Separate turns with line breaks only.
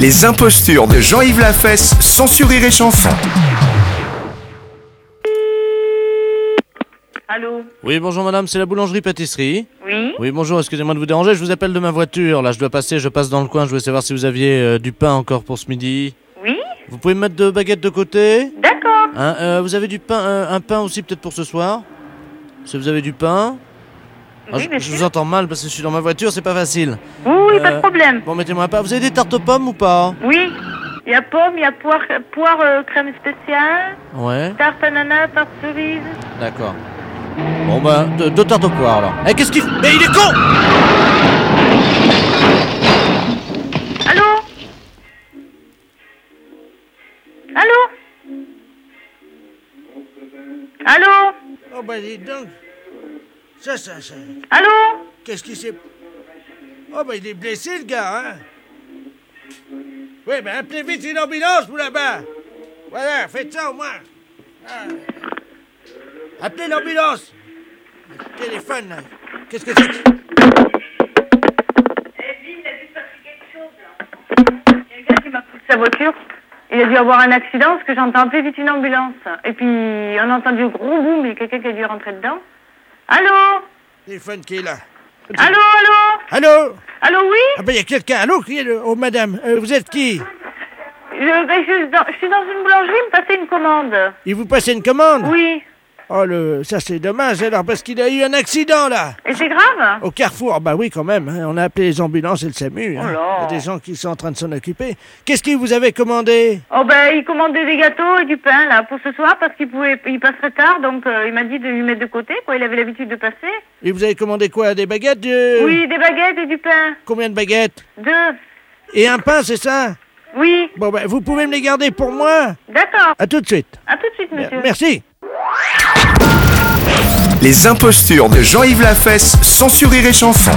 Les impostures de Jean-Yves Lafesse, sans sourire et chanson.
Allô
Oui, bonjour madame, c'est la boulangerie-pâtisserie.
Oui
Oui, bonjour, excusez-moi de vous déranger, je vous appelle de ma voiture. Là, je dois passer, je passe dans le coin, je voulais savoir si vous aviez euh, du pain encore pour ce midi.
Oui
Vous pouvez me mettre deux baguettes de côté
D'accord.
Hein, euh, Vous avez du pain, euh, un pain aussi peut-être pour ce soir Si vous avez du pain Ah,
Oui,
je, je
monsieur.
vous entends mal parce que je suis dans ma voiture, c'est pas facile.
Oui, pas
Euh,
de problème.
Bon, mettez-moi un pain. Vous avez des tartes aux pommes ou pas
Oui. Il y a pomme, il y a poire, poire euh, crème spéciale,
Ouais,
tarte ananas, tarte cerise.
d'accord. Bon, bah, deux, deux tartes aux poires alors. Eh, qu'est-ce qu'il. f- Mais il est con
Allô Allô Allô
Oh bah dis donc Ça, ça, ça...
Allô
Qu'est-ce qui s'est... Oh bah il est blessé le gars, hein Oui, bah appelez vite une ambulance, vous là-bas Voilà, faites ça au moins Ah. Appelez l'ambulance Le Téléphone, là Qu'est-ce que c'est que...
Il y a un gars qui m'a poussé sa voiture. Il a dû avoir un accident parce que j'entends appeler vite une ambulance. Et puis, on a entendu un gros boum, il y a quelqu'un qui a dû rentrer dedans. Allô
Téléphone qui est là
Allô, allô
Allô
Allô, oui
Ah bah il y a quelqu'un, allô qui est là Oh madame, euh, vous êtes qui
Je, je suis dans, je suis dans une boulangerie, me passer une commande.
Il vous passait une commande
Oui.
Oh le... ça c'est dommage alors parce qu'il a eu un accident là
Et c'est grave
Au carrefour, bah oui, quand même. hein. On a appelé les ambulances et le SAMU. hein.
Oh là.
Il y a des gens qui sont en train de s'en occuper. Qu'est-ce qu'ils vous avaient commandé
Oh ben, il commandait des gâteaux et du pain, là, pour ce soir, parce qu'il pouvait, il passerait tard, donc euh, il m'a dit de lui mettre de côté, quoi. Il avait l'habitude de passer.
Ils vous avaient commandé quoi Des baguettes de...
Oui, des baguettes et du pain.
Combien de baguettes
Deux.
Et un pain, c'est ça
Oui.
Bon, bah, vous pouvez me les garder pour moi
D'accord.
À tout de suite.
À tout de suite, monsieur.
Merci.
Les impostures de Jean-Yves Lafesse, sans sourire et chanson.